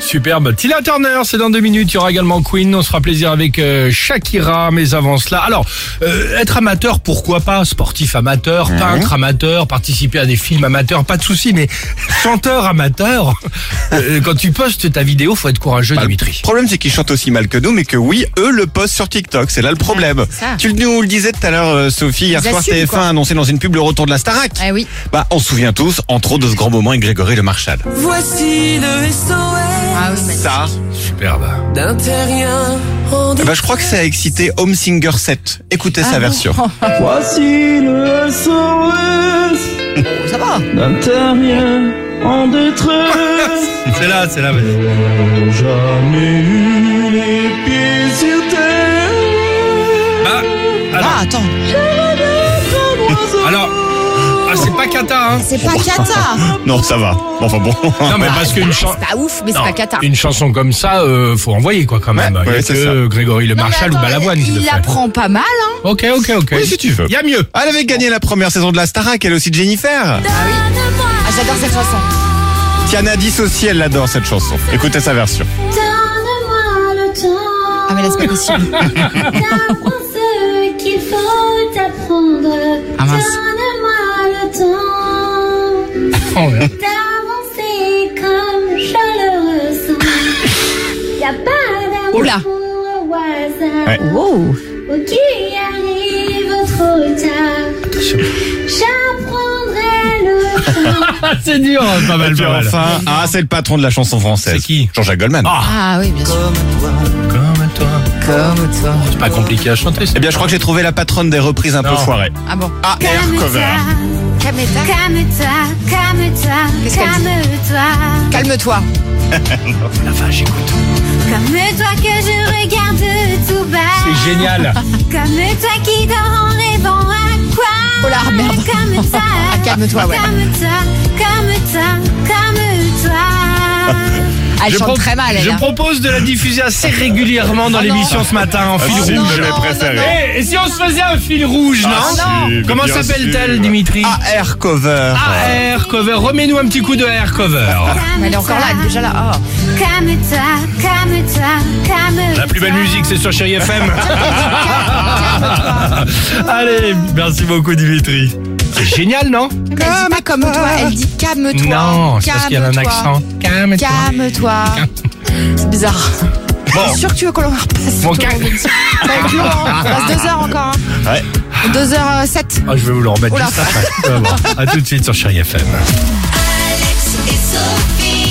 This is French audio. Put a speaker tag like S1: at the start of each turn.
S1: Superbe. Tina Turner, c'est dans deux minutes. Il y aura également Queen. On se fera plaisir avec euh, Shakira. Mais avant cela, alors euh, être amateur, pourquoi pas Sportif amateur, peintre amateur, participer à des films amateurs, pas de souci. Mais chanteur amateur, euh, quand tu postes ta vidéo, faut être courageux,
S2: Bah,
S1: Dimitri.
S2: Le problème, c'est qu'ils chantent aussi mal que nous, mais que oui, eux le postent sur TikTok. C'est là le problème.
S3: ça.
S2: Tu nous le disais tout à l'heure, euh, Sophie, hier
S3: Ils
S2: soir,
S3: assument,
S2: TF1
S3: quoi.
S2: a annoncé dans une pub le retour de la Starac.
S3: Ah oui.
S2: Bah, on se souvient tous, entre autres, de ce grand moment avec Grégory Le Marchal.
S4: Voici le SOS
S3: Ah oui, mais-
S2: Ça.
S1: Superbe.
S4: d'un terrien en
S2: Bah, je crois que ça a excité Home Singer 7. Écoutez
S3: Ah
S2: sa version.
S5: Voici le SOS
S3: Ça va.
S5: d'un terrien en détresse.
S1: C'est là, c'est là. vas-y.
S5: Jamais eu les pieds sur terre.
S1: Bah, alors,
S3: Ah, attends.
S1: alors, ah, c'est pas Kata, hein.
S3: C'est pas Kata.
S2: Non, ça va. Enfin bon.
S1: Non, mais parce qu'une chanson.
S3: C'est pas ouf, mais c'est
S1: Non,
S3: pas Kata.
S1: Une chanson comme ça, euh, faut envoyer quoi quand même.
S2: Ouais,
S1: Il y a
S2: ouais, c'est
S1: que Grégory Le
S3: Non, mais
S1: Marchal ou
S3: attends,
S1: Balavoine qui le
S3: Il
S1: fait.
S3: apprend pas mal, hein.
S1: Ok, ok, ok.
S2: Oui, si tu veux.
S1: Il y a mieux.
S2: Elle avait gagné la première saison de la Starac, elle aussi de Jennifer.
S3: Ah, j'adore cette chanson.
S2: Tiana 10 aussi, elle adore cette chanson. Écoutez sa version.
S6: Donne-moi le
S3: Ah,
S6: temps
S3: mais là, c'est pas possible.
S6: d'apprendre ce qu'il faut apprendre.
S3: Ah, mince.
S6: Donne-moi le temps
S1: Oh, ouais.
S6: d'avancer comme je le ressens. Y a pas d'amour
S3: Oula.
S6: au hasard
S2: Ouais.
S3: Wow.
S6: ou qui arrive trop tard. J'apprendrai le temps.
S1: Ah, c'est dur, pas mal,
S2: Et puis
S1: pas mal.
S2: enfin, ah, c'est le patron de la chanson française.
S1: C'est qui
S2: Jean-Jacques Goldman.
S1: Ah,
S3: Ah oui, bien sûr.
S1: comme toi.
S3: Comme toi.
S1: C'est pas compliqué à chanter. c'est-
S2: Eh bien, je crois que j'ai trouvé la patronne des reprises un peu
S1: Non.
S2: foirées.
S3: Ah bon.
S2: Ah, Air Cover.
S3: Kameta.
S6: Calme-toi, calme-toi,
S3: Qu'est-ce qu'elle dit
S6: calme-toi.
S3: Calme-toi.
S6: Comme toi que je regarde tout bas.
S1: C'est génial.
S6: Comme toi qui dort en rêvant à quoi.
S3: Oh la merde. Ah,
S6: Comme toi.
S3: Calme-toi, ouais.
S6: Comme toi, comme toi, comme toi.
S3: Ah, Elle
S1: Je
S3: chante
S1: pro-
S3: très mal, elle.
S1: Je
S3: hein.
S1: propose de la diffuser assez régulièrement dans
S3: Oh non.
S1: l'émission ce matin en
S2: Ah,
S1: fil
S2: si,
S1: rouge.
S2: je l'ai préférée.
S1: Eh, et si on se faisait un fil rouge,
S2: Ah,
S1: non
S2: si, mais
S1: Comment
S2: bien
S1: s'appelle-t-elle,
S2: sûr.
S1: Dimitri
S3: Ah,
S2: AR Ah, Cover.
S1: Ah,
S3: euh,
S1: AR Cover. Remets-nous un petit coup de AR Cover.
S3: Mais elle est encore là, elle est déjà là. Oh.
S6: Comme toi, comme toi, comme
S1: La plus belle musique, c'est sur Chéri FM. Allez, merci beaucoup Dimitri. C'est génial, non
S3: Elle dit pas comme toi, elle dit calme-toi.
S1: Non, c'est parce qu'il y a un
S3: calme-toi,
S1: accent. Calme-toi.
S3: Calme-toi. C'est bizarre. Je suis sûr que tu veux qu'on leur passe.
S1: Bon,
S3: tout
S1: calme-
S3: le monde. Ça va être long, hein. On passe deux heures encore. hein.
S2: Ouais.
S3: Deux heures euh, sept.
S1: Ah, je vais vous le remettre
S3: Oula.
S1: juste après. Tu vas voir. À tout de suite sur Chéri FM.
S6: Alex et Sophie.